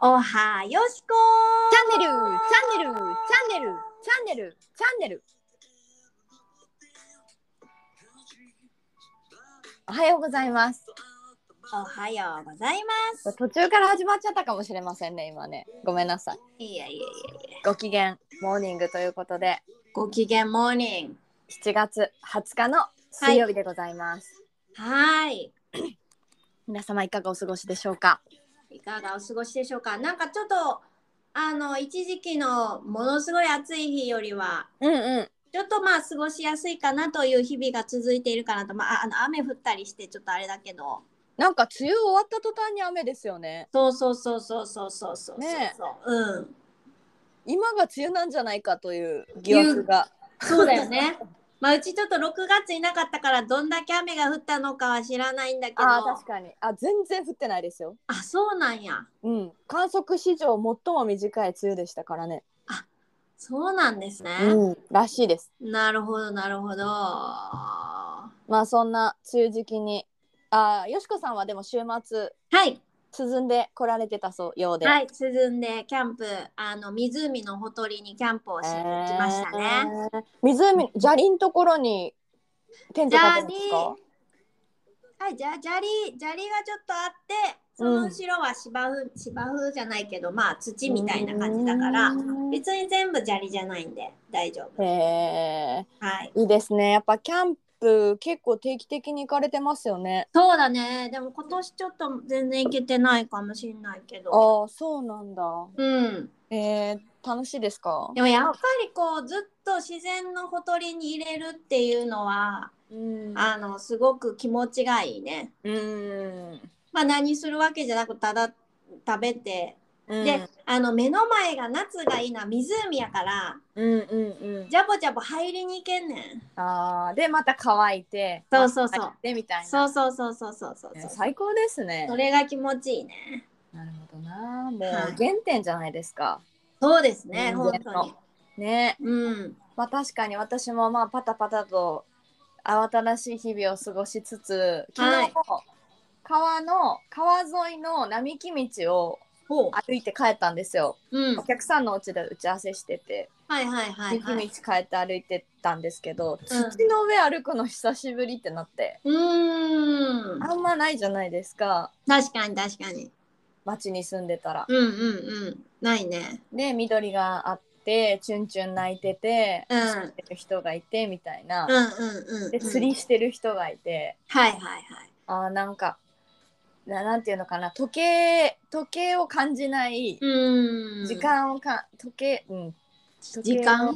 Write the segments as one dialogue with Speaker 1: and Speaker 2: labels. Speaker 1: おはよしこ
Speaker 2: チャンネル、チャンネル、チャンネル、チャンネル、チャンネル。おはようございます。
Speaker 1: おはようございます。
Speaker 2: 途中から始まっちゃったかもしれませんね、今ね。ごめんなさい。
Speaker 1: いやいやいや
Speaker 2: ご機嫌モーニングということで、
Speaker 1: ご機嫌モーニング。
Speaker 2: 7月20日の水曜日でございます。
Speaker 1: はーい。
Speaker 2: 皆様いかがお過ごしでしょうか。
Speaker 1: いかがお過ごしでしょうかなんかちょっと、あの、一時期のものすごい暑い日よりは、
Speaker 2: うんうん。
Speaker 1: ちょっとまあ過ごしやすいかなという日々が続いているかなと。まあ、あの雨降ったりしてちょっとあれだけど。
Speaker 2: なんか梅雨終わった途端に雨ですよね。
Speaker 1: そうそうそうそうそうそうそうそう。
Speaker 2: ねえ
Speaker 1: うん。
Speaker 2: 今が梅雨なんじゃないかという疑惑が。
Speaker 1: そうだよね。 まあ、うちちょっと6月いなかったからどんだけ雨が降ったのかは知らないんだけど
Speaker 2: ああ、確かに。あ、全然降ってないですよ。
Speaker 1: あそうなんや
Speaker 2: うん、観測史上最も短い梅雨でしたからね。
Speaker 1: そうなんですね、
Speaker 2: うん、らしいです。
Speaker 1: なるほどなるほどは
Speaker 2: まあそんな梅雨時期に、あーよしこさんはでも週末
Speaker 1: い
Speaker 2: 涼んで来られてたそうようで。
Speaker 1: はい涼んでキャンプあの湖のほとりにキャンプをしに行きましたね、
Speaker 2: えー湖砂利のところにテント立てたんです
Speaker 1: 砂
Speaker 2: か
Speaker 1: 利？はいじゃあ砂利砂利がちょっとあってその後ろは芝生、芝生じゃないけどまあ土みたいな感じだから
Speaker 2: うん
Speaker 1: 別に全部砂利じゃないんで大丈夫
Speaker 2: へ
Speaker 1: はい
Speaker 2: ーいいですね。やっぱキャンプ結構定期的に行かれてますよね。
Speaker 1: そうだねでも今年ちょっと全然行けてないかもしれないけど
Speaker 2: ああそうなんだ。
Speaker 1: うん
Speaker 2: えー、楽しいですか？
Speaker 1: でもやっぱりこうずっと自然のほとりに入れるっていうのは
Speaker 2: うん
Speaker 1: あのすごく気持ちがいいね。
Speaker 2: うん。
Speaker 1: まあ、何するわけじゃなくただ食べて、
Speaker 2: で
Speaker 1: で、あの目の前が夏がいいな湖やから
Speaker 2: うんうんうん。
Speaker 1: ジャボジャボ入りに行けんねん。
Speaker 2: あーでまた乾いて
Speaker 1: そうそうそう
Speaker 2: また乾いてみたいな
Speaker 1: そうそうそうそうそうそう
Speaker 2: ね
Speaker 1: そう。
Speaker 2: 最高ですね
Speaker 1: それが気持ちいいね。
Speaker 2: なるほどなもう
Speaker 1: はい
Speaker 2: 原点じゃないですか
Speaker 1: そうですね、
Speaker 2: 人
Speaker 1: 本
Speaker 2: 間の
Speaker 1: 当に。
Speaker 2: ね
Speaker 1: うん。
Speaker 2: まあ確かに私もまあパタパタと慌ただしい日々を過ごしつつ昨日、
Speaker 1: はい
Speaker 2: 川の川沿いの並木道を
Speaker 1: ほう。
Speaker 2: 歩いて帰ったんですよ、
Speaker 1: うん。
Speaker 2: お客さんのお家で打ち合わせしてて
Speaker 1: はいはいはい、
Speaker 2: 並
Speaker 1: は
Speaker 2: 木
Speaker 1: い。
Speaker 2: 道変えて歩いてったんですけど、
Speaker 1: うん
Speaker 2: 土の上歩くの久しぶりってなって
Speaker 1: うーん。
Speaker 2: あんまないじゃないですか
Speaker 1: 確かに確かに。
Speaker 2: 町に住んでたら。
Speaker 1: うんうんうん。ないね。
Speaker 2: で緑があってチュンチュン泣いてて、
Speaker 1: うん
Speaker 2: 走ってる人がいてみたいな
Speaker 1: う、んうんうん。
Speaker 2: で釣りしてる人がいて、
Speaker 1: はいはいはい。
Speaker 2: あーなんかななんていうのかな時計時計を感じない、
Speaker 1: うん。
Speaker 2: 時間をか時計、うん、時
Speaker 1: 時
Speaker 2: 計を
Speaker 1: 間。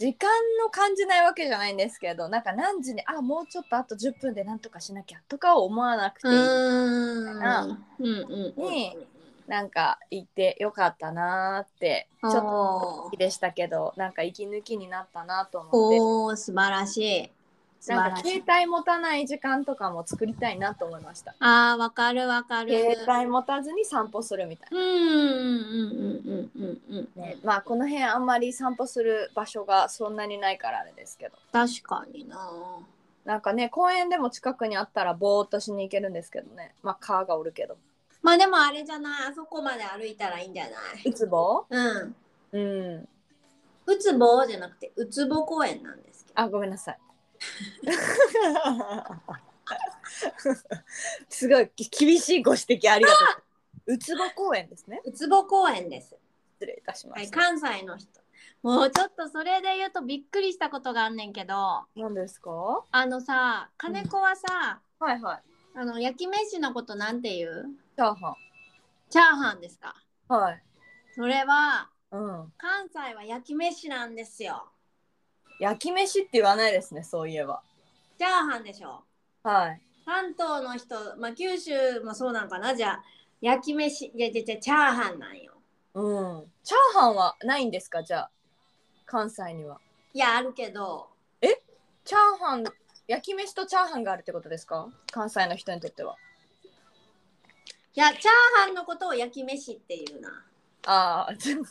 Speaker 2: 時間の感じないわけじゃないんですけどなんか何時にあもうちょっとあと10分でなんとかしなきゃとかを思わなくて
Speaker 1: う
Speaker 2: いい、
Speaker 1: ーん。うんうん。
Speaker 2: になんか行ってよかったなーってちょっと
Speaker 1: おー
Speaker 2: でしたけどなんか息抜きになったなと思っ
Speaker 1: おー素晴らしい。素
Speaker 2: てなん
Speaker 1: 晴
Speaker 2: から
Speaker 1: し
Speaker 2: 携
Speaker 1: い。
Speaker 2: 帯持たない時間とかも作りたいなと思いました
Speaker 1: ああ、わかるわかる。
Speaker 2: 携帯持たずに散歩するみたい
Speaker 1: うんうんうんうんうんうんう
Speaker 2: な、ね
Speaker 1: ん。
Speaker 2: まあこの辺あんまり散歩する場所がそんなにないからあれですけど
Speaker 1: 確かにな。
Speaker 2: なんかね公園でも近くにあったらぼーっとしに行けるんですけどねまあ川がおるけど
Speaker 1: まあでもあれじゃない。あそこまで歩いたらいいんじゃないう
Speaker 2: つぼ
Speaker 1: うん。
Speaker 2: うん
Speaker 1: うつぼじゃなくて、うつぼ公園なんですけど。
Speaker 2: あごめんなさい すごいき厳しいご指摘ありがと ううつぼ公園ですね
Speaker 1: うつぼ公園です。
Speaker 2: 失礼いたしま
Speaker 1: はい、
Speaker 2: した。
Speaker 1: 関西の人。もうちょっとそれで言うとびっくりしたことがあんねんけど、
Speaker 2: 何ですか？は
Speaker 1: あのさ、金子はさ、
Speaker 2: いはい。
Speaker 1: あの焼き飯のことなんて言う
Speaker 2: チャーハ
Speaker 1: チャーハンですか
Speaker 2: ン。はい。
Speaker 1: それは、
Speaker 2: うん。
Speaker 1: 関西は焼き飯なんですよ。
Speaker 2: 焼き飯って言わないですね。そういえば。
Speaker 1: チャーハンでしょ。
Speaker 2: はい。
Speaker 1: 関東の人、まあ九州もそうなんかなじゃあ、焼き飯、いやいやいや、チャーハンなんよ。
Speaker 2: うん。チャーハンはないんですか？じゃあ関西には。
Speaker 1: いや、あるけど、
Speaker 2: チャーハン焼き飯とチャーハンがあるってことですか？関西の人にとっては。
Speaker 1: いや、チャーハンのことを焼き飯っていうな。
Speaker 2: ああ。ちょ で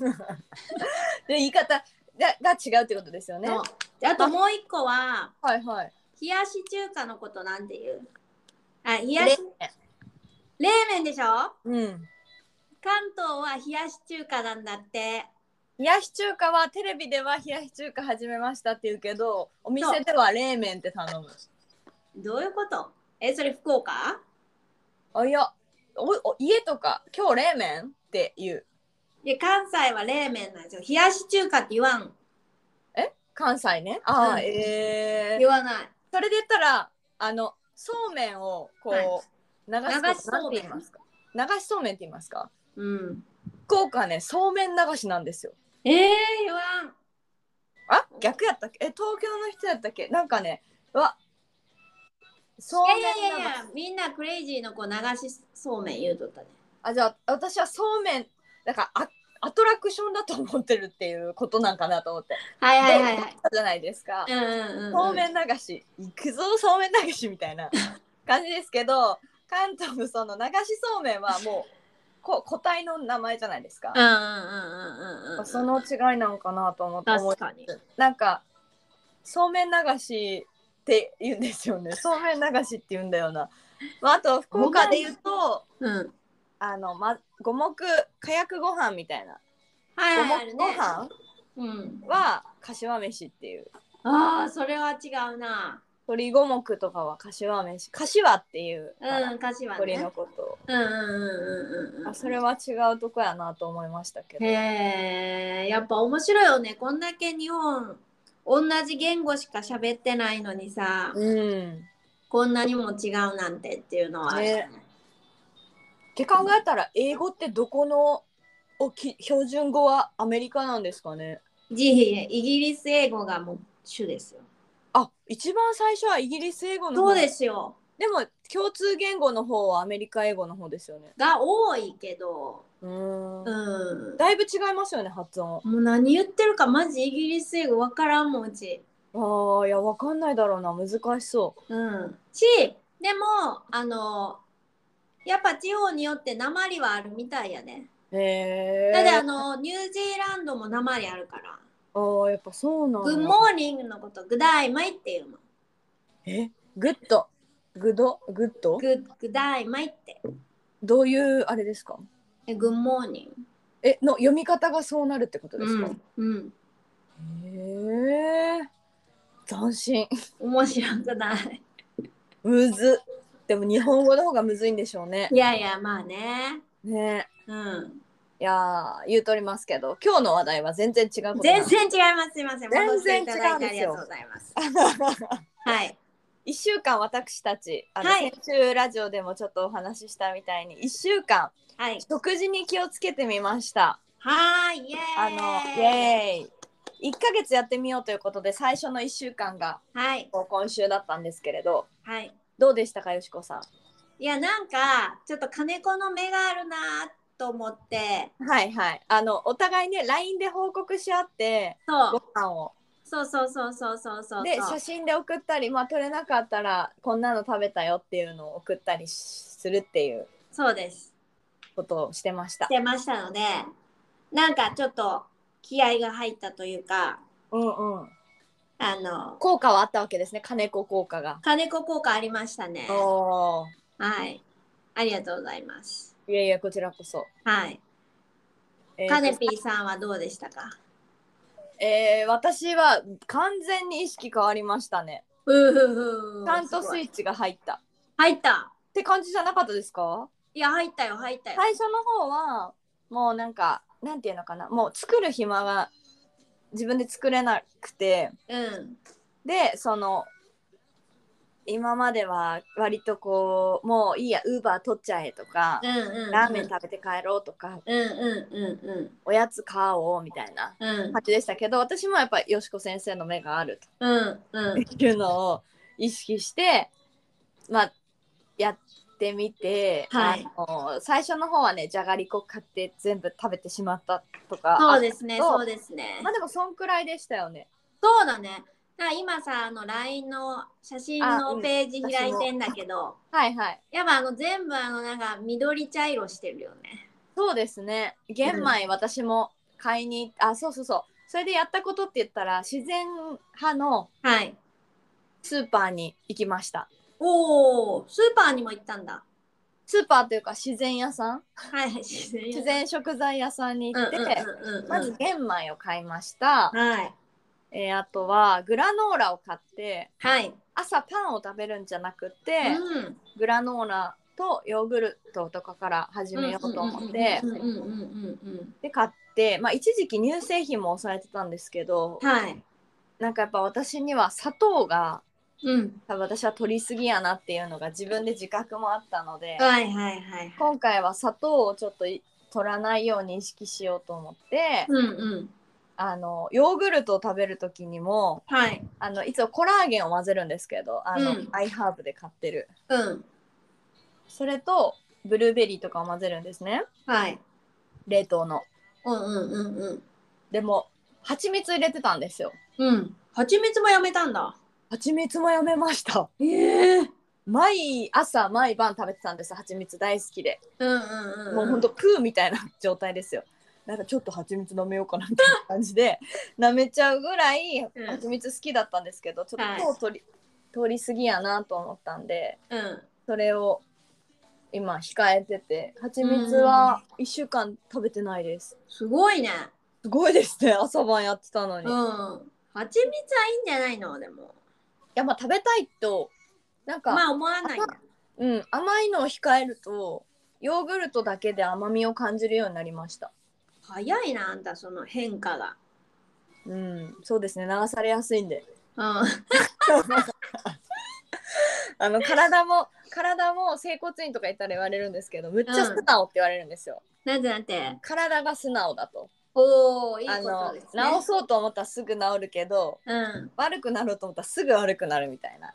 Speaker 2: 言い方がが違うってことですよね。
Speaker 1: そ
Speaker 2: は
Speaker 1: うであともう一個は、
Speaker 2: いはい。
Speaker 1: 冷やし中華のことなんて言うあ冷やし冷麺でしょ
Speaker 2: うん。
Speaker 1: 関東は冷やし中華なんだって。
Speaker 2: 冷やし中華はテレビでは冷やし中華始めましたって言うけどお店では冷麺って頼む
Speaker 1: どういうことえ、それ福岡
Speaker 2: あいやおお家とか今日冷麺って言う
Speaker 1: いや、関西は冷麺なんですよ。冷やし中華って言わん。
Speaker 2: 関西ねあ、
Speaker 1: うん
Speaker 2: ーえー
Speaker 1: 言わない。
Speaker 2: それで言ったらあのそうめんをこう、
Speaker 1: はい
Speaker 2: 流し
Speaker 1: 流しそう
Speaker 2: なんて
Speaker 1: めん
Speaker 2: 言いますか流しそうめんって言いますか
Speaker 1: うん。
Speaker 2: 福岡はねそうめん流しなんですよ
Speaker 1: えー、言わん。
Speaker 2: あ逆やったっけえ東京の人やったっけなんかねうわそう
Speaker 1: いやい
Speaker 2: めん流し
Speaker 1: やいやいや、みんなクレイジーの子流しそうめん言うとったね。
Speaker 2: あじゃあ私はそうめんだからあアトラクションだと思ってるっていうことなんかなと思って
Speaker 1: はいはいはいはい。
Speaker 2: じゃないですか、
Speaker 1: うんうんうん、
Speaker 2: そうめ
Speaker 1: ん。
Speaker 2: ん流し行くぞそうめん流しみたいな感じですけど関東のその流しそうめんはもうこ個体の名前じゃないですか
Speaker 1: う、んうんうんうんうんうん。
Speaker 2: その違いなんかなと思って思
Speaker 1: 確
Speaker 2: い
Speaker 1: かに。
Speaker 2: なんかそうめん流しって言うんですよねそうめん流しって言うんだよな、まあ、あと福岡で言うと
Speaker 1: うん。
Speaker 2: あの、ま、五目かやくご飯みたいな
Speaker 1: はいはい、あ
Speaker 2: 五目
Speaker 1: る
Speaker 2: ご
Speaker 1: ね。
Speaker 2: 飯
Speaker 1: うん。
Speaker 2: は柏飯っていう
Speaker 1: ああ、それは違うな。
Speaker 2: 鳥五目とかは柏飯柏っていう、
Speaker 1: うん、歌詞は
Speaker 2: 鳥
Speaker 1: ね
Speaker 2: の。こと、
Speaker 1: うんうんうんうんうん。
Speaker 2: あそれは違うとこやなと思いましたけど
Speaker 1: へえ、やっぱ面白いよね。こんだけ日本、同じ言語しか喋ってないのにさ、
Speaker 2: うん
Speaker 1: こんなにも違うなんてっていうのはあるよね。
Speaker 2: って考えたら英語ってどこのおき標準語はアメリカなんですかね
Speaker 1: じいイギリス英語がもう主ですよ。
Speaker 2: あ一番最初はイギリス英語の
Speaker 1: そ
Speaker 2: 方
Speaker 1: うですよ。
Speaker 2: でも共通言語の方はアメリカ英語の方ですよね
Speaker 1: が多いけど、
Speaker 2: うーん
Speaker 1: うん。
Speaker 2: だいぶ違いますよね発音
Speaker 1: もう何言ってるかマジイギリス英語わからんもんうち。
Speaker 2: あーいやわかんないだろうな難しそう
Speaker 1: うん。し、でも、あの、やっぱ地方によって鉛はあるみたいやね。
Speaker 2: へえ。
Speaker 1: ただあの、ニュージーランドも鉛あるから。
Speaker 2: あーやっぱそうなん
Speaker 1: グ
Speaker 2: だ
Speaker 1: ッモーニングのこと、グダイマイっていうの。
Speaker 2: え、グッド、グド、グッド？
Speaker 1: ググダイマイって。
Speaker 2: どういうあれですか？
Speaker 1: えグッモーニン
Speaker 2: え、の読み方がそうなるってこと
Speaker 1: グ。
Speaker 2: ですか？
Speaker 1: うん。うん。
Speaker 2: へえ。斬新。
Speaker 1: 面白くない。
Speaker 2: むず。でも日本語の方がむずいんでしょうね
Speaker 1: い。やいや、まあね。
Speaker 2: ね。
Speaker 1: うん。
Speaker 2: いやー言うとりますけど、今日の話題は全然違うことな
Speaker 1: 全
Speaker 2: んで。
Speaker 1: 然違います。すいません。戻していただいてあ
Speaker 2: 全然
Speaker 1: り
Speaker 2: 違
Speaker 1: が
Speaker 2: う
Speaker 1: と
Speaker 2: ん
Speaker 1: う
Speaker 2: ですよ
Speaker 1: ござい ます。はい。
Speaker 2: 1週間私たちあの、
Speaker 1: はい
Speaker 2: 先週ラジオでもちょっとお話ししたみたいに1週間
Speaker 1: はい。
Speaker 2: 食事に気をつけてみました。
Speaker 1: はーい。イエーイ。
Speaker 2: あのイエーイ1ヶ月やってみようということで最初の1週間が
Speaker 1: はい。
Speaker 2: こう今週だったんですけれど
Speaker 1: はい。
Speaker 2: どうでしたかよしこさ
Speaker 1: いや、なんか、ちょっと金子の目があるなと思って。
Speaker 2: んはいはいあのお互いね LINE で報告し合って
Speaker 1: そ
Speaker 2: ご
Speaker 1: う。
Speaker 2: 飯を
Speaker 1: そうそうそうそうそうそう。
Speaker 2: で写真で送ったりまあ撮れなかったらこんなの食べたよっていうのを送ったりしするっていう
Speaker 1: そうです。
Speaker 2: ことをしてまし
Speaker 1: したてましたのでなんかちょっと気合が入ったというか
Speaker 2: うんうん
Speaker 1: あの
Speaker 2: 効果はあったわけですね金子効果が
Speaker 1: 金子効果ありましたね
Speaker 2: おー
Speaker 1: はいありがとうございます
Speaker 2: いやいやこちらこそ、
Speaker 1: はい
Speaker 2: えー
Speaker 1: カネピーさんはどうでしたか
Speaker 2: えー私は完全に意識変わりましたね
Speaker 1: うふふ
Speaker 2: ちゃんとス
Speaker 1: 入
Speaker 2: イッチが入った。っ
Speaker 1: った
Speaker 2: て感じじゃなかったですか
Speaker 1: いや入ったよ入ったよ、
Speaker 2: 最初の方はもうなんかなんていうのかなもう作る暇が自分で作れなくて
Speaker 1: うん
Speaker 2: でその今までは割とこうもういいやウーバー取っちゃえとか、
Speaker 1: うんうんうん
Speaker 2: ラーメン食べて帰ろうとか
Speaker 1: うんうんうんうん
Speaker 2: おやつ買おうみたいな
Speaker 1: うん
Speaker 2: 感じでしたけど私もやっぱよしこ先生の目があると。
Speaker 1: うんうん
Speaker 2: っていうのを意識して、まあ、やってみて、
Speaker 1: はい
Speaker 2: あの最初の方はねじゃがりこ買って全部食べてしまったとか
Speaker 1: そうですね
Speaker 2: そう
Speaker 1: そうですね
Speaker 2: あまあでもそんくらいでしたよね
Speaker 1: そうだねだから今さあの LINE の写真
Speaker 2: あ
Speaker 1: の
Speaker 2: うん
Speaker 1: ページ開いてんだけど、
Speaker 2: はいはい
Speaker 1: やっぱあの全部あのなんか緑茶色してるよね。
Speaker 2: そうですね玄米私も買いにあそうそうそうそれでやったことって言ったら自然派の
Speaker 1: はい。
Speaker 2: スーパーに行きました
Speaker 1: おお、スーパーにも行ったんだ。
Speaker 2: スーパーというか自然屋さん
Speaker 1: はいはい自然
Speaker 2: 自然食材屋さんに行って、
Speaker 1: うんうんうんうん
Speaker 2: まず玄米を買いました、
Speaker 1: はい
Speaker 2: えーあとはグラノーラを買って
Speaker 1: はい、
Speaker 2: 朝パンを食べるんじゃなくて、
Speaker 1: うん
Speaker 2: グラノーラとヨーグルトとかから始めようと思って
Speaker 1: うんうんうんうんうん
Speaker 2: で買って、まあ、一時期乳製品も抑えてたんですけど
Speaker 1: うんはい
Speaker 2: なんかやっぱ私には砂糖が
Speaker 1: うん
Speaker 2: 多分私は取りすぎやなっていうのが自分で自覚もあったので
Speaker 1: はいはいはい
Speaker 2: 今回は砂糖をちょっとい取らないように意識しようと思って
Speaker 1: うんうん
Speaker 2: あのヨーグルトを食べる時にも
Speaker 1: はい
Speaker 2: あのいつもコラーゲンを混ぜるんですけどあの、
Speaker 1: うん
Speaker 2: アイハーブで買ってる
Speaker 1: うん
Speaker 2: それとブルーベリーとかを混ぜるんですね
Speaker 1: はい
Speaker 2: 冷凍の
Speaker 1: うんうんうんうん
Speaker 2: でも蜂蜜入れてたんですよ
Speaker 1: うん蜂蜜もやめたんだ
Speaker 2: 蜂蜜もやめました
Speaker 1: ええ
Speaker 2: 毎朝毎晩食べてたんです蜂蜜大好きで
Speaker 1: うんうんうん
Speaker 2: もうほんとプーみたいな状態ですよなんかちょっと蜂蜜舐めようかなみたいな感じで 舐めちゃうぐらい
Speaker 1: うん
Speaker 2: 蜂蜜好きだったんですけどちょ
Speaker 1: は
Speaker 2: っ
Speaker 1: い
Speaker 2: と糖取り,、通り過ぎやなと思ったんで
Speaker 1: うん
Speaker 2: それを今控えてて蜂蜜は1週間食べてないです、
Speaker 1: すごいね
Speaker 2: すごいですね朝晩やってたのに、
Speaker 1: うん
Speaker 2: い
Speaker 1: 蜂蜜はいいんじゃないのでも
Speaker 2: やまあ食べたいとなんか、
Speaker 1: まあ思わないんだ
Speaker 2: うん、甘いのを控えるとヨーグルトだけで甘みを感じるようになりました
Speaker 1: 早いなあんたその変化が
Speaker 2: うんそうですね流されやすいんで
Speaker 1: う
Speaker 2: あの体も体も整骨院とか行ったら言われるんですけどむっちゃ素直って言われるんですよ、
Speaker 1: んなんてなんて
Speaker 2: 体が素直だと
Speaker 1: おおいい
Speaker 2: あ
Speaker 1: こと
Speaker 2: の
Speaker 1: ですね
Speaker 2: 治そうと思ったらすぐ治るけど
Speaker 1: うん
Speaker 2: 悪くなろうと思ったらすぐ悪くなるみたいな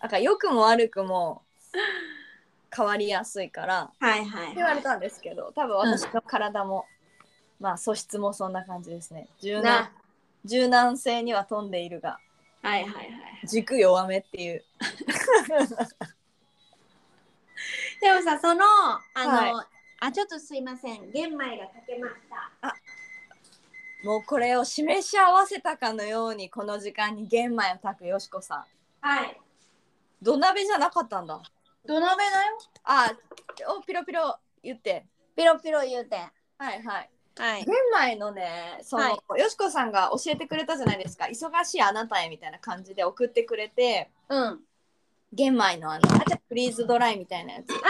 Speaker 2: なんか良くも悪くも変わりやすいからって
Speaker 1: はいはい
Speaker 2: 言われ
Speaker 1: は
Speaker 2: たんですけど多分私の体も、まあ素質もそんな感じですね
Speaker 1: い
Speaker 2: 柔軟
Speaker 1: な
Speaker 2: 柔軟性には富んでいるが
Speaker 1: はいはいはい
Speaker 2: 軸弱めっていう
Speaker 1: でもさそのあの、あちょっとすいません玄米が炊けました
Speaker 2: もうこれを示し合わせたかのようにこの時間に玄米を炊くよしこさん
Speaker 1: はい
Speaker 2: 土鍋じゃなかったんだ
Speaker 1: 土鍋だよ
Speaker 2: あおピロピロ言って
Speaker 1: ピロピロ言うて
Speaker 2: はいはい
Speaker 1: はい
Speaker 2: 玄米のねその、よしこさんが教えてくれたじゃないですか忙しいあなたへみたいな感じで送ってくれて
Speaker 1: うんあ
Speaker 2: 玄米のあのあじゃあフリーズドライみたいなやつ
Speaker 1: はい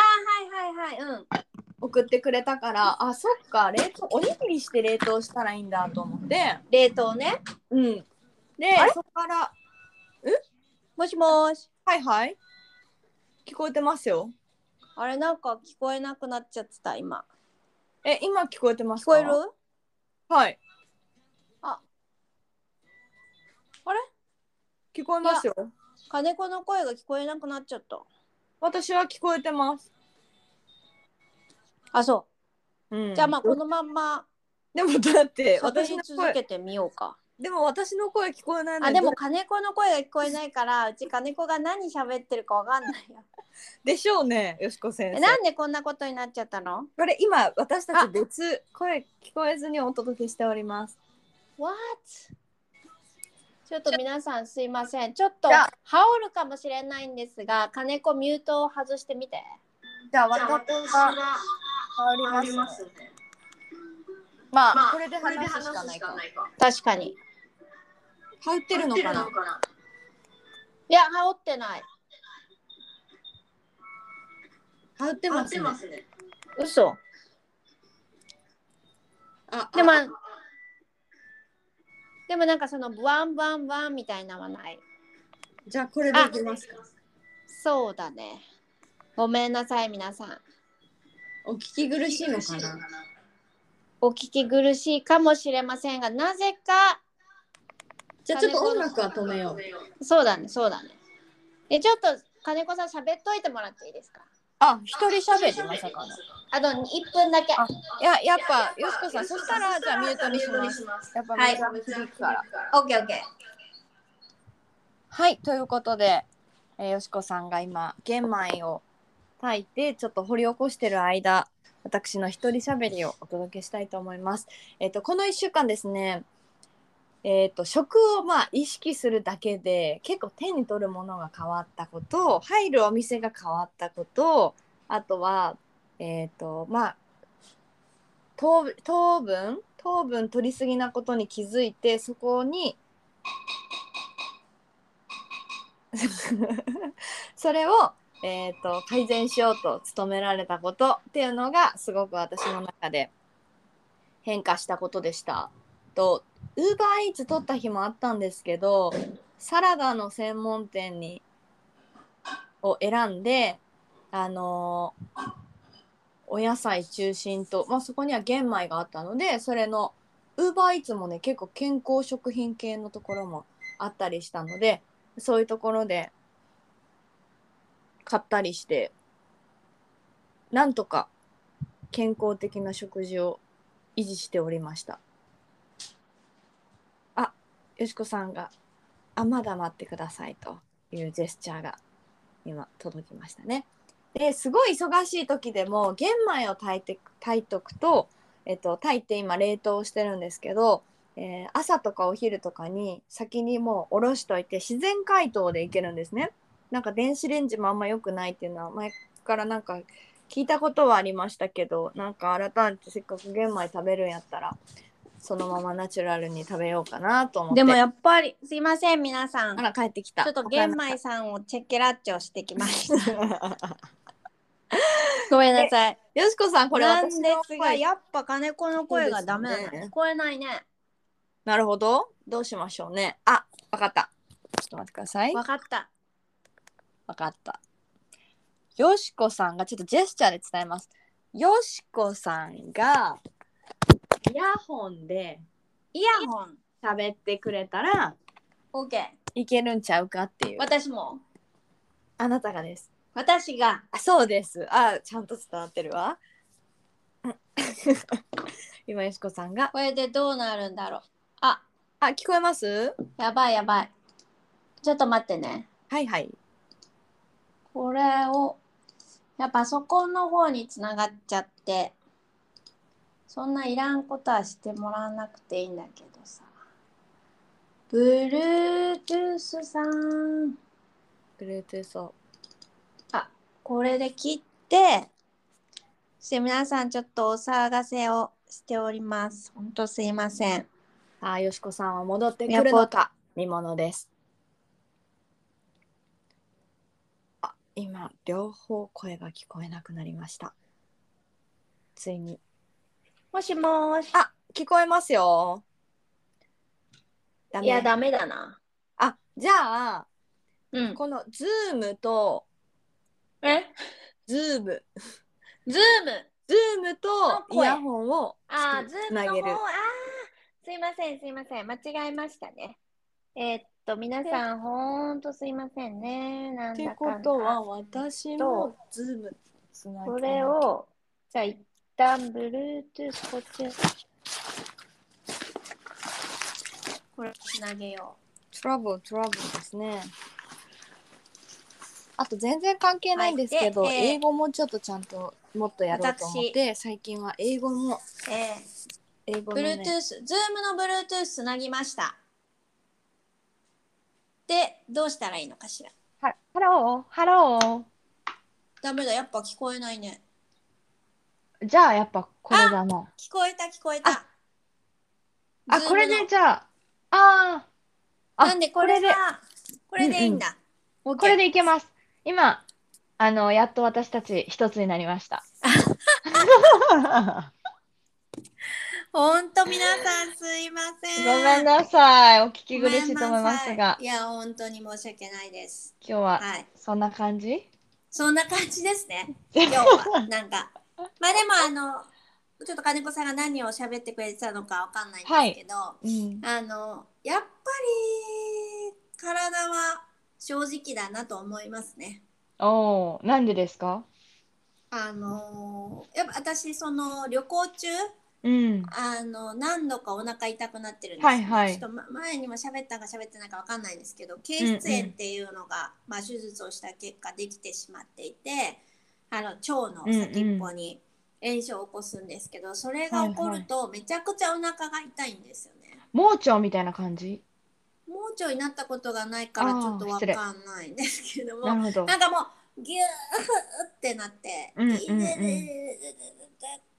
Speaker 1: はいはいうん
Speaker 2: 送ってくれたからあそっか冷凍おにぎりして冷凍したらいいんだと思って
Speaker 1: 冷凍ね
Speaker 2: うんで
Speaker 1: あれ
Speaker 2: そこから
Speaker 1: もしもし
Speaker 2: はいはい聞こえてますよ
Speaker 1: あれなんか聞こえなくなっちゃってた今
Speaker 2: え今聞こえてます
Speaker 1: 聞
Speaker 2: か
Speaker 1: こえる
Speaker 2: はい。
Speaker 1: あ、
Speaker 2: あれ聞こえますよ。
Speaker 1: 金子の声が聞こえなくなっちゃった
Speaker 2: 私は聞こえてます。
Speaker 1: あそうう、
Speaker 2: ん
Speaker 1: じゃあまあこのまんま
Speaker 2: でもだって
Speaker 1: 喋
Speaker 2: 私
Speaker 1: り
Speaker 2: の
Speaker 1: 続
Speaker 2: 声
Speaker 1: けてみようか
Speaker 2: でも私の声聞こえないのに
Speaker 1: あでも金子の声が聞こえない からうち金子が何喋ってるかわかんない よ
Speaker 2: でしょうねよしこ先
Speaker 1: え
Speaker 2: 生。
Speaker 1: なんでこんなことになっちゃったの
Speaker 2: これ今私た
Speaker 1: あ
Speaker 2: ち別声聞こえずにお届けしております。
Speaker 1: What? ちょっと皆さんすいませんちょっと
Speaker 2: じゃあ
Speaker 1: 羽織るかもしれないんですが金子ミュートを外してみて
Speaker 2: じゃあ
Speaker 3: じゃあ私が
Speaker 2: 変
Speaker 3: 変わります。
Speaker 2: まあ、
Speaker 3: まあ、
Speaker 2: こ
Speaker 3: こ
Speaker 2: れ
Speaker 3: れ
Speaker 2: で
Speaker 3: で
Speaker 2: 話
Speaker 3: 話す
Speaker 2: すし
Speaker 3: しか
Speaker 2: かな
Speaker 3: ないい
Speaker 2: か
Speaker 3: か。。
Speaker 1: 確かに
Speaker 2: 入って
Speaker 3: 入
Speaker 2: る
Speaker 3: っ
Speaker 2: の
Speaker 3: て
Speaker 2: か
Speaker 3: る
Speaker 2: な
Speaker 3: の。かない
Speaker 1: や羽織ってない
Speaker 2: 入って
Speaker 3: 合
Speaker 2: ま
Speaker 3: っ
Speaker 2: す
Speaker 3: て
Speaker 2: ね。
Speaker 3: ますね。
Speaker 1: 嘘
Speaker 2: あ
Speaker 1: でもでもなんかそのブワンブワンブワンみたいなのはない
Speaker 2: じゃあこれでいきますか。
Speaker 1: そうだねごめんなさい皆さん
Speaker 2: お聞き苦しいのかな。
Speaker 1: お聞き苦しいかもしれませんがなぜか
Speaker 2: じゃあちょっと音楽は止めよう。
Speaker 1: そうだねそうだねえちょっと金子さん喋っといてもらっていいですか
Speaker 2: あ、一人喋りまさかの。
Speaker 1: あと1分だけ
Speaker 2: あいや、やっぱ
Speaker 3: や、
Speaker 2: よしこさん、そしたら、じゃあ、ミュートにします。
Speaker 3: ます。
Speaker 2: やっぱ、
Speaker 1: はい
Speaker 2: めちゃめちゃ響くから。
Speaker 1: オッケーオッケー
Speaker 2: はい、ということで、えーよしこさんが今、玄米を炊いて、ちょっと掘り起こしてる間、私の一人喋りをお届けしたいと思います。えっ、と、この1週間ですね、えっ、と、食をまあ意識するだけで、結構手に取るものが変わったこと、入るお店が変わったこと、あとはえっ、とまあ糖糖分糖分取りすぎなことに気づいてそこに それを、えー、と改善しようと努められたことっていうのがすごく私の中で変化したことでした。とウーバーイーツ取った日もあったんですけどサラダの専門店にを選んであのーお野菜中心と、まあ、そこには玄米があったのでそれのウーバーイーツもね結構健康食品系のところもあったりしたのでそういうところで買ったりしてなんとか健康的な食事を維持しておりましたあよしこさんが「あまだ待ってください」というジェスチャーが今届きましたねですごい忙しい時でも玄米を炊いて炊いとくと、えっと、炊いて今冷凍してるんですけど、えー朝とかお昼とかに先にもうおろしといて自然解凍でいけるんですね。なんか電子レンジもあんま良くないっていうのは前からなんか聞いたことはありましたけどなんか改めてせっかく玄米食べるんやったらそのままナチュラルに食べようかなと思って
Speaker 1: でもやっぱりすいません皆さん
Speaker 2: あ
Speaker 1: ち
Speaker 2: ら帰ってきた
Speaker 1: ょっと玄米さんをチェッケラッチョしてきました
Speaker 2: ごめん
Speaker 1: な
Speaker 2: さい。 よしこさん、これ
Speaker 1: な
Speaker 2: 私
Speaker 1: んで
Speaker 2: の
Speaker 1: す
Speaker 2: 声
Speaker 1: がやっぱ金子の声がダメな
Speaker 2: そう
Speaker 1: の、
Speaker 2: ですね
Speaker 1: 聞こえないね
Speaker 2: なるほど。どうしましょうね。あ、わかった。ちょっと待ってください。
Speaker 1: わかった
Speaker 2: わかった。よしこさんが、ちょっとジェスチャーで伝えます。よしこさんが、イヤホンで
Speaker 1: イヤホン
Speaker 2: 喋ってくれたら
Speaker 1: OK
Speaker 2: いけるんちゃうかっていう。
Speaker 1: 私も
Speaker 2: あなたがです。
Speaker 1: 私が
Speaker 2: あ、そうです。あ、ちゃんと伝わってるわ。 うん今、よしこさんが、
Speaker 1: これでどうなるんだろうあ
Speaker 2: あ、聞こえます
Speaker 1: やばいやばいちょっと待ってね
Speaker 2: はいはい。
Speaker 1: これをやっぱそこの方につながっちゃってそんないらんことはしてもらわなくていいんだけどさ Bluetooth さん
Speaker 2: Bluetooth を。
Speaker 1: これで切ってそして皆さんちょっとお騒がせをしておりますほんとすいません
Speaker 2: ああ、よしこさんは戻って
Speaker 1: や
Speaker 2: く
Speaker 1: っ
Speaker 2: る
Speaker 1: ぱ
Speaker 2: のか。見ものです。あ、今両方声が聞こえなくなりました。ついに。
Speaker 1: もしもーし
Speaker 2: あ、聞こえますよ。ダ
Speaker 1: いやダメだな
Speaker 2: あ、じゃあ
Speaker 1: うん
Speaker 2: このズームと
Speaker 1: え
Speaker 2: ズーム、
Speaker 1: ズーム
Speaker 2: ズームとイヤホンを
Speaker 1: あー、ズ
Speaker 2: つ
Speaker 1: ーム
Speaker 2: な
Speaker 1: の
Speaker 2: げ
Speaker 1: 方
Speaker 2: る
Speaker 1: あ。ーすいません、すいません。間違えましたね。えーっと、皆さん、ほんとすいませんね。なん
Speaker 2: って
Speaker 1: だ
Speaker 2: こ
Speaker 1: かんだ。
Speaker 2: とは私もズームつなげ
Speaker 1: これを、じゃあ、一旦、Bluetooth、こっち。これ、つなげよ
Speaker 2: トラブルトラブルですね。あと全然関係ないんですけど、
Speaker 1: はいでえー
Speaker 2: 英語もちょっとちゃんともっとやろうと思って最近は英語も
Speaker 1: う。え
Speaker 2: 英語
Speaker 1: ー、
Speaker 2: の、
Speaker 1: Bluetooth、
Speaker 2: ね、
Speaker 1: ズームの Bluetooth つなぎました。で、どうしたらいいのかしら。
Speaker 2: ハローハロ
Speaker 1: ダメだ、やっぱ聞こえないね。
Speaker 2: ーじゃあやっぱこ
Speaker 1: れ
Speaker 2: だな。
Speaker 1: 聞こえた、聞こえた。Zoom の
Speaker 2: じゃあああ
Speaker 1: なんでこれでこれ
Speaker 2: れで
Speaker 1: でいいんだ。OK
Speaker 2: いけます。今あのやっと私たち一つになりま した。
Speaker 1: ほんと皆さんすいません。
Speaker 2: なさい。お聞
Speaker 1: ごめんなさい。いや本当に申し訳ないです。
Speaker 2: 今日は
Speaker 1: はい。
Speaker 2: そんな感じ
Speaker 1: そんな感じです ね。今日はなんかまあでもあのちょっと金子さんが何を喋ってくれてたのかわかんないんですけど、
Speaker 2: うん、
Speaker 1: あのやっぱり体は正直だなと思いますね。
Speaker 2: おお、なんでですか？
Speaker 1: あのやっぱ私その旅行中
Speaker 2: うん。
Speaker 1: あの何度かお腹痛くなってるんです、
Speaker 2: はいはい
Speaker 1: ちょっとま前にも喋ったか喋ってないかわかんないんですけど憩室炎っていうのが、まあ、手術をした結果できてしまっていてあの腸の先っぽに炎症を起こすんですけど、それが起こるとめちゃくちゃお腹が痛いんですよね。
Speaker 2: 盲腸みたいな感じ？
Speaker 1: 盲腸になったことがないから
Speaker 2: あー
Speaker 1: ちょっとわかんないんですけども
Speaker 2: なるほど。
Speaker 1: なんかもうギューってなって、
Speaker 2: うんうんうん
Speaker 1: ギューっ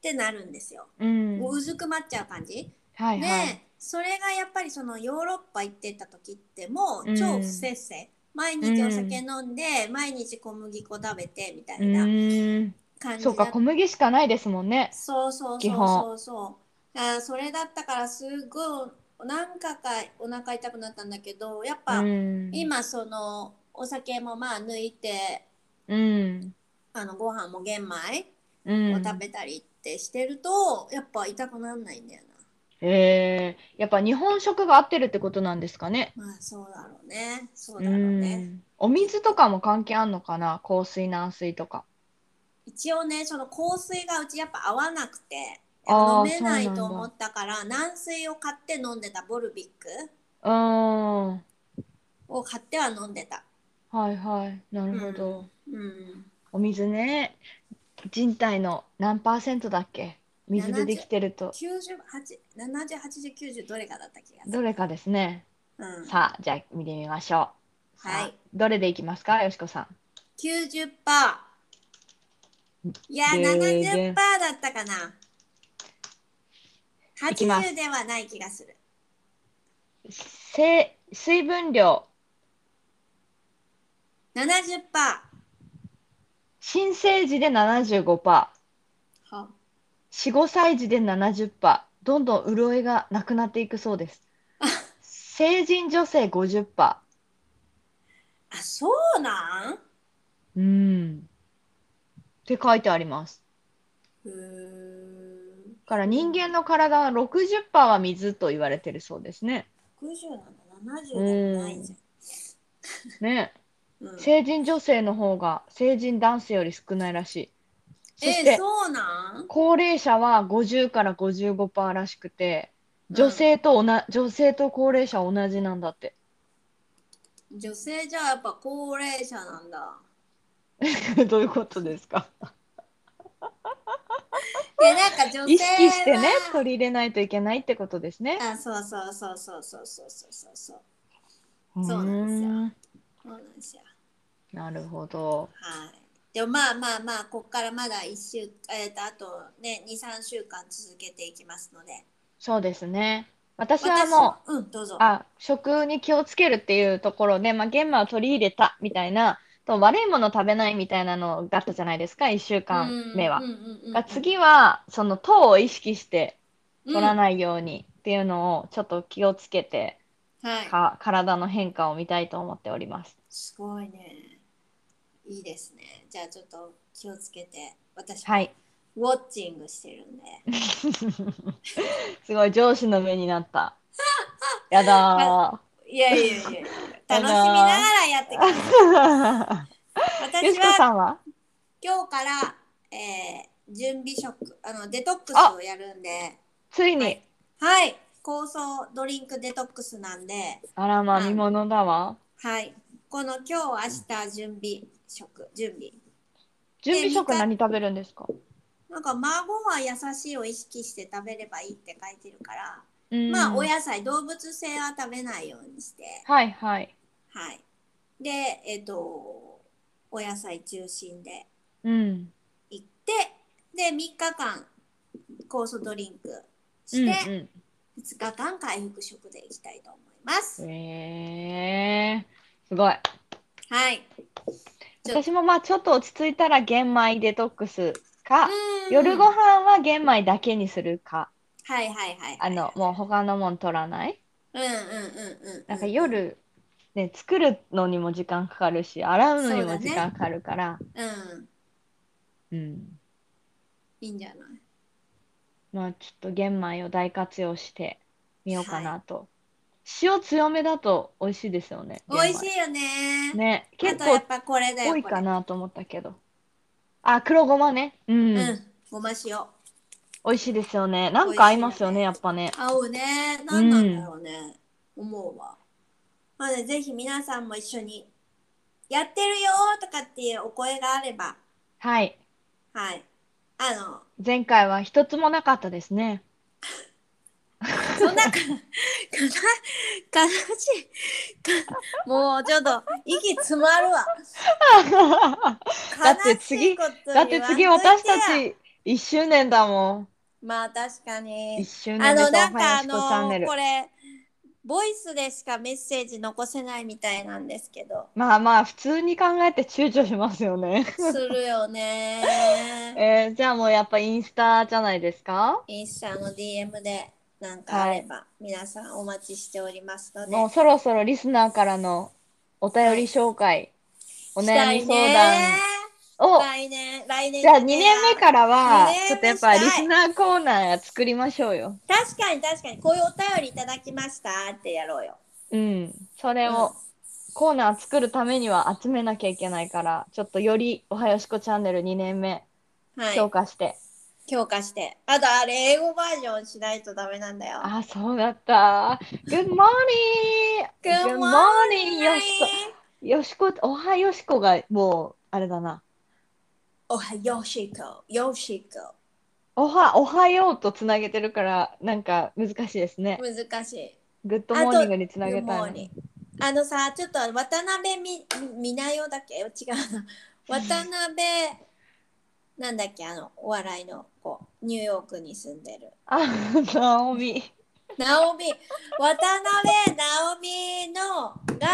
Speaker 1: てなるんですよ。
Speaker 2: うん
Speaker 1: もううずくまっちゃう感じ。
Speaker 2: はいはい、
Speaker 1: で、それがやっぱりそのヨーロッパ行ってた時っても
Speaker 2: うん
Speaker 1: う超不摂生。毎日お酒飲んで、毎日小麦粉食べてみたいうな
Speaker 2: ーん
Speaker 1: 感じ
Speaker 2: そ
Speaker 1: だ
Speaker 2: う
Speaker 1: った
Speaker 2: か小麦しかないですもんね
Speaker 1: そうそう
Speaker 2: 基
Speaker 1: そう
Speaker 2: 本
Speaker 1: そうそう。あーそれだったからすごい何回かお腹痛くなったんだけどやっぱ
Speaker 2: うん
Speaker 1: 今そのお酒もまあ抜いて
Speaker 2: うん
Speaker 1: あのご飯も玄米
Speaker 2: うん
Speaker 1: を食べたりってしてると、やっぱ痛くなんないんだよ
Speaker 2: えー、やっぱ日本食が合ってるってことなんですかね
Speaker 1: な。まあそうだろうねそうだろうね。
Speaker 2: んお水とかも関係あんのかな硬水軟水とか
Speaker 1: 一応ねその香水がうちやっぱ合わなくて。
Speaker 2: あー
Speaker 1: 飲めない
Speaker 2: そうなんだ
Speaker 1: と思ったから軟水を買って飲んでたボルビック
Speaker 2: うーんは
Speaker 1: を買っては飲んでた。
Speaker 2: いはいなるほど、
Speaker 1: うん、
Speaker 2: お水ね人体の何パーセントだっけ水でできてると
Speaker 1: 908090どれかだった気がす
Speaker 2: ど
Speaker 1: る。
Speaker 2: れかですね
Speaker 1: うん、
Speaker 2: さあじゃあ見てみましょうさあ
Speaker 1: はい
Speaker 2: どれでいきますかよしこさん
Speaker 1: 90%パーいや
Speaker 2: でーで
Speaker 1: 70%パーだったかない
Speaker 2: きます
Speaker 1: 80ではない気がする
Speaker 2: せ水分量
Speaker 1: 70%パ
Speaker 2: 新生児で75%
Speaker 1: ーは
Speaker 2: 四五歳児で70%パーどんどん潤いがなくなっていくそ うです成人女性50%パ
Speaker 1: あそうなん
Speaker 2: ーうんって書いてあります
Speaker 1: うーん
Speaker 2: だから人間の体は60%パーは水と言われてるそうですね
Speaker 1: 60なんだ70でもないじゃん、
Speaker 2: ね
Speaker 1: うん
Speaker 2: 成人女性の方が成人男性より少ないらしいそして、
Speaker 1: えそうなん
Speaker 2: 高齢者は50から55%らしくて女性とおな、女性と高齢者は同じなんだって
Speaker 1: 女性じゃやっぱ高齢者なんだ
Speaker 2: どういうことですか
Speaker 1: でなんか女性は
Speaker 2: 意識してね取り入れないといけないってことですね。
Speaker 1: あそうそうそうそうそうそうそうそうそうそうなんですよ
Speaker 2: うーん
Speaker 1: そうなんですよ
Speaker 2: なるほど。
Speaker 1: はいでもまあまあまあこっからまだ1週えー、とあとね23週間続けていきますので
Speaker 2: そうですね。私はも
Speaker 1: ううんどうぞ
Speaker 2: うあ食に気をつけるっていうところで、まあ、玄米を取り入れたみたいなと悪いもの食べないみたいなのだったじゃないですか1週間目は。
Speaker 1: うんうんうんうん
Speaker 2: が次はその糖を意識して
Speaker 1: うん
Speaker 2: 取らないようにっていうのをちょっと気をつけて、
Speaker 1: はい
Speaker 2: か体の変化を見たいと思っております。
Speaker 1: すごいねいいですねじゃあちょっと気をつけて私も
Speaker 2: はい。
Speaker 1: ウォッチングしてるんで、
Speaker 2: すごい上司の目にな った。やだ
Speaker 1: い、やいやいやいや
Speaker 2: あ
Speaker 1: 楽しみな
Speaker 2: のー
Speaker 1: がらやってください
Speaker 2: ー。よ
Speaker 1: 私
Speaker 2: しこ
Speaker 1: は
Speaker 2: さんは
Speaker 1: 今日から、えー準備食あのデトックスをやるんで
Speaker 2: ついに、
Speaker 1: はいはい、酵素ドリンクデトックスなんで、
Speaker 2: あらまあ
Speaker 1: うん
Speaker 2: 見物だわ。
Speaker 1: はい、この今日明日準備食準備。
Speaker 2: 準備食
Speaker 1: で
Speaker 2: 何食べるんですか
Speaker 1: なんか孫は優しいを意識して食べればいいって書いてるから、ま
Speaker 2: ま
Speaker 1: あお野菜動物性は食べないようにして、
Speaker 2: はいはい。
Speaker 1: はい。で、えっ、とお野菜中心で
Speaker 2: うん。
Speaker 1: 行って、で3日間酵素ドリンク
Speaker 2: う
Speaker 1: し
Speaker 2: ん
Speaker 1: て、
Speaker 2: う
Speaker 1: 2日間回復食でいきたいと思います。
Speaker 2: ん、えー、すごい。
Speaker 1: はい。ちょ
Speaker 2: 私もまあちょっと落ち着いたら玄米デトックスか、
Speaker 1: うん
Speaker 2: 夜ご飯は玄米だけにするか、
Speaker 1: はいはいはい。
Speaker 2: あの、もう他のもん取らない。
Speaker 1: うんうんうんうん。
Speaker 2: なんか。夜、ね、作るのにも時間かかるし、洗うのにも時間かかるから、
Speaker 1: うん。
Speaker 2: うん。
Speaker 1: いいんじゃない
Speaker 2: まあちょっと玄米を大活用してみようかなと。塩強めだと美味しいですよね。
Speaker 1: 美味し
Speaker 2: 玄
Speaker 1: いよね。
Speaker 2: 米ね、結
Speaker 1: あとや
Speaker 2: 構
Speaker 1: っぱこれだよ。
Speaker 2: 多いか
Speaker 1: こ
Speaker 2: なと思ったけど。あ、黒ごまね。うん。
Speaker 1: れ。う
Speaker 2: 美
Speaker 1: ん。ごま塩。
Speaker 2: 味しいですよね。なんか合いますよね、
Speaker 1: 美
Speaker 2: やっぱね。
Speaker 1: 合うね。なんなんだろうね。思うわ。までぜひ皆さんも一緒にやってるよーとかっていうお声があれば、
Speaker 2: はい。
Speaker 1: はい。あの、
Speaker 2: 前回は一つもなかったですね。
Speaker 1: そんなか、かな、悲しい。もうちょっと息詰まるわ。
Speaker 2: だって
Speaker 1: 悲し
Speaker 2: 次
Speaker 1: いこと
Speaker 2: だって次
Speaker 1: 言わんとい
Speaker 2: 私
Speaker 1: や
Speaker 2: た。ち1周年だも
Speaker 1: まあ確か
Speaker 2: ん。
Speaker 1: に
Speaker 2: 1。周
Speaker 1: あ
Speaker 2: 年で
Speaker 1: の、な
Speaker 2: す
Speaker 1: ん
Speaker 2: おは
Speaker 1: かあ
Speaker 2: やしこチャン
Speaker 1: の
Speaker 2: ネル
Speaker 1: こ。れ、ボイスでしかメッセージ残せないみたいなんですけど、
Speaker 2: まあまあ普通に考えて躊躇しますよ ね。
Speaker 1: するよ ね。
Speaker 2: えー、じゃあもうやっぱインスタじゃないですか
Speaker 1: インスタの DM でなんかあれば、皆さんお待ちしておりますので。
Speaker 2: もうそろそろリスナーからのお便り紹介、お悩み相談を、
Speaker 1: 来年、来年。
Speaker 2: じゃあ2年目からは
Speaker 1: 二年目
Speaker 2: ちょっとやっぱリ
Speaker 1: したい
Speaker 2: スナーコーナー作りましょうよ。
Speaker 1: 確かに確かに、こういうお便りいただきましたってやろうよ。
Speaker 2: うん、それをコーナー作るためには集めなきゃいけないから、ちょっとより「おはよしこチャンネル」2年目
Speaker 1: はい、
Speaker 2: 強化して、
Speaker 1: 強化して。あとあれ、英語バージョンしないとダメなんだよ。
Speaker 2: あそうだった。Good morning!
Speaker 1: Good morning
Speaker 2: よしこよしこおはよしこがもうあれだな。
Speaker 1: おはよしこ、よしこ。
Speaker 2: おはおはようとつなげてるからなんか難しいですね。
Speaker 1: 難しい。
Speaker 2: グッドモーニングにつなげ
Speaker 1: グッド
Speaker 2: た
Speaker 1: モーニン
Speaker 2: い
Speaker 1: グあのさ、ちょっと渡辺み、みなよだっけ違うな。渡辺、なんだっけ、あの、お笑いの子、ニューヨークに住んでる。
Speaker 2: あナオミ
Speaker 1: ナオミ、渡辺ナオミのが、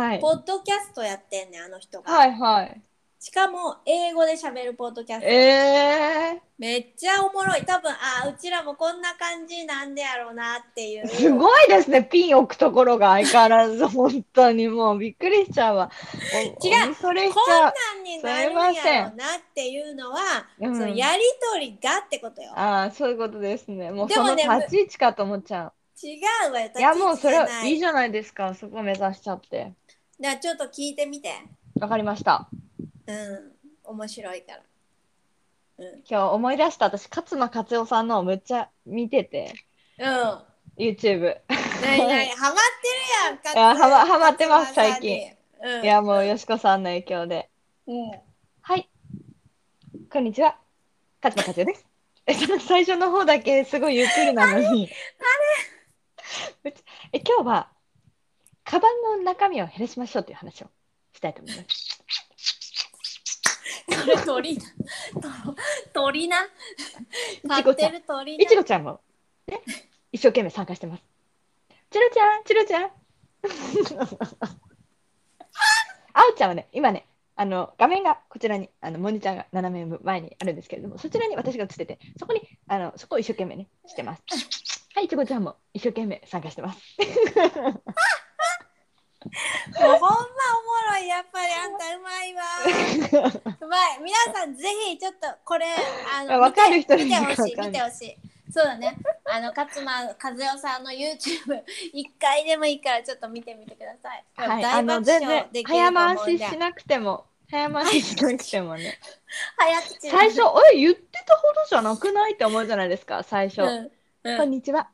Speaker 2: はい
Speaker 1: ポッドキャストやってんねん、あの人が。
Speaker 2: はいはい
Speaker 1: しかも、英語で喋るポッドキャスト。
Speaker 2: え
Speaker 1: めっちゃおもろい。多分、あー、うちらもこんな感じなんでやろうなっていう。
Speaker 2: ー、すごいですねピン置くところが相変わらず本当にもうびっくりしちゃうわお
Speaker 1: 違う
Speaker 2: おそれしち
Speaker 1: こん
Speaker 2: ゃ
Speaker 1: な
Speaker 2: うん
Speaker 1: になるんやろうなっていうのは、
Speaker 2: うん
Speaker 1: そのやりとりがってことよ。
Speaker 2: ああそういうことですねもう
Speaker 1: で
Speaker 2: そ
Speaker 1: も
Speaker 2: の
Speaker 1: ね
Speaker 2: 立ち位置かと思っちゃ
Speaker 1: 違うわよ。
Speaker 2: ういやもうそれ
Speaker 1: 立ち位置じゃ
Speaker 2: は
Speaker 1: ない
Speaker 2: いいじゃないですかそこ目指しちゃって
Speaker 1: だからちょっと聞いてみて。
Speaker 2: わかりました
Speaker 1: うん。面白いから。うん。
Speaker 2: 今日思い出した私勝間勝代さんのをむっちゃ見てて
Speaker 1: うん。な
Speaker 2: YouTube
Speaker 1: になに、ハマってる
Speaker 2: いや
Speaker 1: やん。
Speaker 2: ハマハマってます
Speaker 1: 勝間さんに
Speaker 2: 最。
Speaker 1: うん。
Speaker 2: いやもうよしこさんの影響で
Speaker 1: うん。
Speaker 2: はい。こんにちは。勝間和代です。えその最初の方だけすごいゆっくりなのに。あ れえ今日は、カバンの中身を減らしましょうという話をしたいと思います。
Speaker 1: これ鳥な。鳥な。飼ってる鳥
Speaker 2: いち
Speaker 1: な。
Speaker 2: ごちゃんも、ね、一生懸命参加してます。チロちゃん、チロち ゃん。あおちゃんはね、今ね、あの画面がこちらに、あのモニターが斜め前にあるんですけれども、そちらに私が映ってて、そこに、あのそこを一生懸命ね、してます。はい、いちごちゃんも一生懸命参加してます。
Speaker 1: もうほんまおもろい。やっぱりあんたうまいわ。うまい。皆さんぜひちょっとこれあ
Speaker 2: いや
Speaker 1: の
Speaker 2: わかる人
Speaker 1: 見
Speaker 2: に
Speaker 1: て見てほし
Speaker 2: しか
Speaker 1: い
Speaker 2: わか
Speaker 1: 見
Speaker 2: ん
Speaker 1: て
Speaker 2: な
Speaker 1: ほしい。そうだね。あの勝間和代さんの YouTube 一回でもいいからちょっと見てみてください。
Speaker 2: はい、あ
Speaker 1: 大
Speaker 2: の
Speaker 1: 爆
Speaker 2: 全
Speaker 1: 笑
Speaker 2: 然
Speaker 1: できると
Speaker 2: 早回
Speaker 1: 思うん
Speaker 2: し
Speaker 1: で。
Speaker 2: しなくても、早回ししなくてもね。
Speaker 1: 早口で
Speaker 2: 最初、え、言ってたほどじゃなくないって思うじゃないですか、最初。
Speaker 1: うんうん
Speaker 2: こんにちは。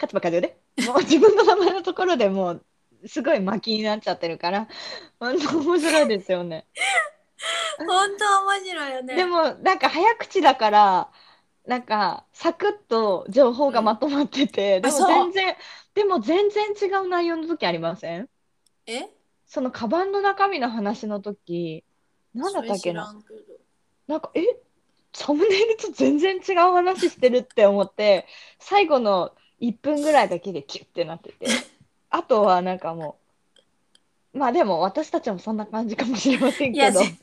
Speaker 2: 勝間和代で。もう自分の名前のところでもうすごい巻きになっちゃってるから、本当面白いですよね。
Speaker 1: 本当面白いよ ね。
Speaker 2: でもなんか早口だから、なんかサクッと情報がまとまってて、で
Speaker 1: そ
Speaker 2: も
Speaker 1: う
Speaker 2: 全然でも全然違う内容の時ありません？
Speaker 1: え？
Speaker 2: そのカバンの中身の話の時、なんだったっけな。
Speaker 1: それ知らんけど
Speaker 2: なんか、え、サムネイルと全然違う話してるって思って、最後の1分ぐらいだけでキュッて なってて、あとはなんかもう、まあでも私たちもそんな感じかもしれません
Speaker 1: い
Speaker 2: け
Speaker 1: や
Speaker 2: ど、
Speaker 1: ぜ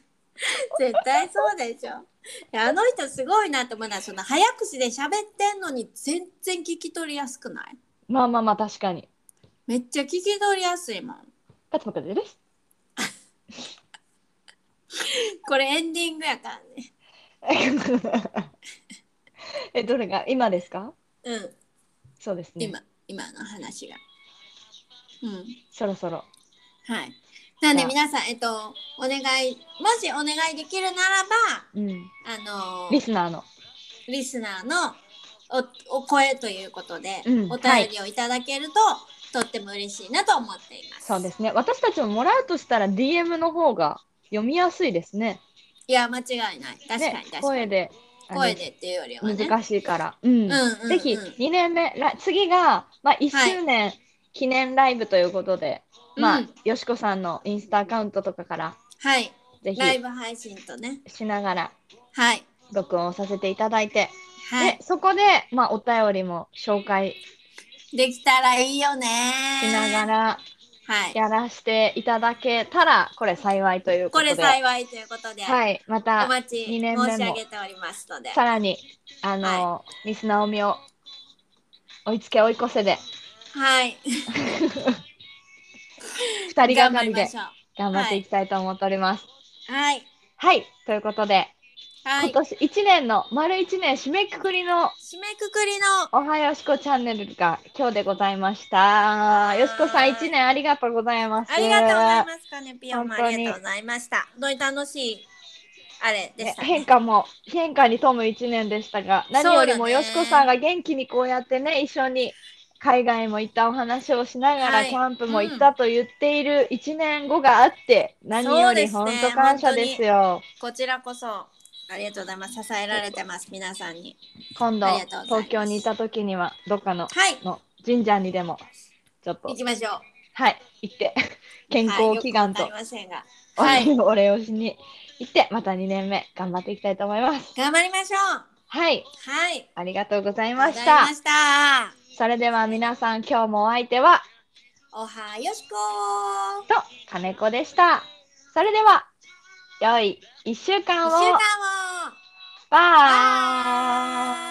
Speaker 1: 絶対そうでしょ。いやあの人すごいなって思うのはその早口で喋ってんのに全然聞き取りやすくない
Speaker 2: まあまあまあ確かに。
Speaker 1: めっちゃ聞き取りやすいもん。
Speaker 2: 勝間和代です。
Speaker 1: これエンディングやからね。
Speaker 2: え、どれが今ですか
Speaker 1: うん、
Speaker 2: そうですね。
Speaker 1: 今、今の話が。うん、
Speaker 2: そろそろ。
Speaker 1: はい。なん
Speaker 2: じ
Speaker 1: で
Speaker 2: ゃあ
Speaker 1: 皆さん、えっと、お願い、もしお願いできるな
Speaker 2: うん。
Speaker 1: らば、あの
Speaker 2: リスナーの。
Speaker 1: リスナーのおお声ということで、
Speaker 2: うん
Speaker 1: お便りをいただけると、とっても嬉しいなと思っています。
Speaker 2: そうですね。私たちももらうとしたら DM の方が読みやすいですね。
Speaker 1: いや、間違いない。確かに
Speaker 2: ね
Speaker 1: 確かに。
Speaker 2: 声で
Speaker 1: 声でっていうよりはね。
Speaker 2: 難しいから。うん。
Speaker 1: うんうんうん
Speaker 2: ぜひ、2年目、ら次が、まあ、1周年記念ライブということで、ま
Speaker 1: う
Speaker 2: あ
Speaker 1: ん、
Speaker 2: よしこさんのインスタアカウントとかから、
Speaker 1: はい。
Speaker 2: ぜ
Speaker 1: ライ
Speaker 2: ひ
Speaker 1: ブ配信とね。
Speaker 2: しながら
Speaker 1: はい。
Speaker 2: 録音をさせていただいて、
Speaker 1: はい
Speaker 2: で。そこで、まあ、お便りも紹介
Speaker 1: できたらいいよね。
Speaker 2: しながら
Speaker 1: はい。
Speaker 2: やらせていただけたら、これ幸いという
Speaker 1: こ
Speaker 2: こ
Speaker 1: と
Speaker 2: で、
Speaker 1: れ幸いということで、
Speaker 2: はい、ま
Speaker 1: お
Speaker 2: た、
Speaker 1: 待ち申
Speaker 2: 二
Speaker 1: し
Speaker 2: 年目も
Speaker 1: 上げておりますので。
Speaker 2: さらに、あの、ミスナオミを追いつけ追い越せで、
Speaker 1: はい。
Speaker 2: 二人がかり
Speaker 1: 頑張りま
Speaker 2: で
Speaker 1: しょう
Speaker 2: 頑張っていきたいと思っております。
Speaker 1: はい。
Speaker 2: はい、ということで、
Speaker 1: は
Speaker 2: 今
Speaker 1: い。
Speaker 2: 年1年の丸1年締めくくりの
Speaker 1: 締めくくりの
Speaker 2: 「おはよしこチャンネル」が今日でございました。よしこさん
Speaker 1: はい
Speaker 2: 1年ありがとうございます。
Speaker 1: ありがとうござい
Speaker 2: す。
Speaker 1: ますかね、ピオンも
Speaker 2: 本当
Speaker 1: あ
Speaker 2: に
Speaker 1: りがとうございました。どうい楽しいあれでした、ね。
Speaker 2: 変化も変化に富む1年でしたが何より
Speaker 1: そ
Speaker 2: も
Speaker 1: うだ
Speaker 2: よ
Speaker 1: ね
Speaker 2: しこさんが元気にこうやってね一緒に海外も行ったお話をしながら、
Speaker 1: はい
Speaker 2: キャンプも行ったと言っている1年後があって、何より
Speaker 1: そう
Speaker 2: 本
Speaker 1: ですね
Speaker 2: 当感謝ですよ。
Speaker 1: こちらこそありがとうございます。支えられてます、皆さんに。
Speaker 2: 今度
Speaker 1: ありがとうございます
Speaker 2: 東京にいた時にはどっかの
Speaker 1: はい、
Speaker 2: の神社にでもちょっと
Speaker 1: 行きましょう。
Speaker 2: はい、行 って、健
Speaker 1: はい
Speaker 2: 康祈願と
Speaker 1: よくわかり、ませんが。はい、
Speaker 2: お礼をしに行って、また2年目頑張っていきたいと思います。
Speaker 1: 頑張りましょう。
Speaker 2: はい、
Speaker 1: はい。
Speaker 2: ありがとうござい
Speaker 1: あ
Speaker 2: ま
Speaker 1: り
Speaker 2: し
Speaker 1: がとうござ
Speaker 2: た
Speaker 1: い。ました。
Speaker 2: それでは皆さん、今日もお相手は、
Speaker 1: おはよしこ
Speaker 2: と、金子でした。それでは、良い1週
Speaker 1: ー。
Speaker 2: 間
Speaker 1: 一
Speaker 2: を、
Speaker 1: 週間を。
Speaker 2: バイ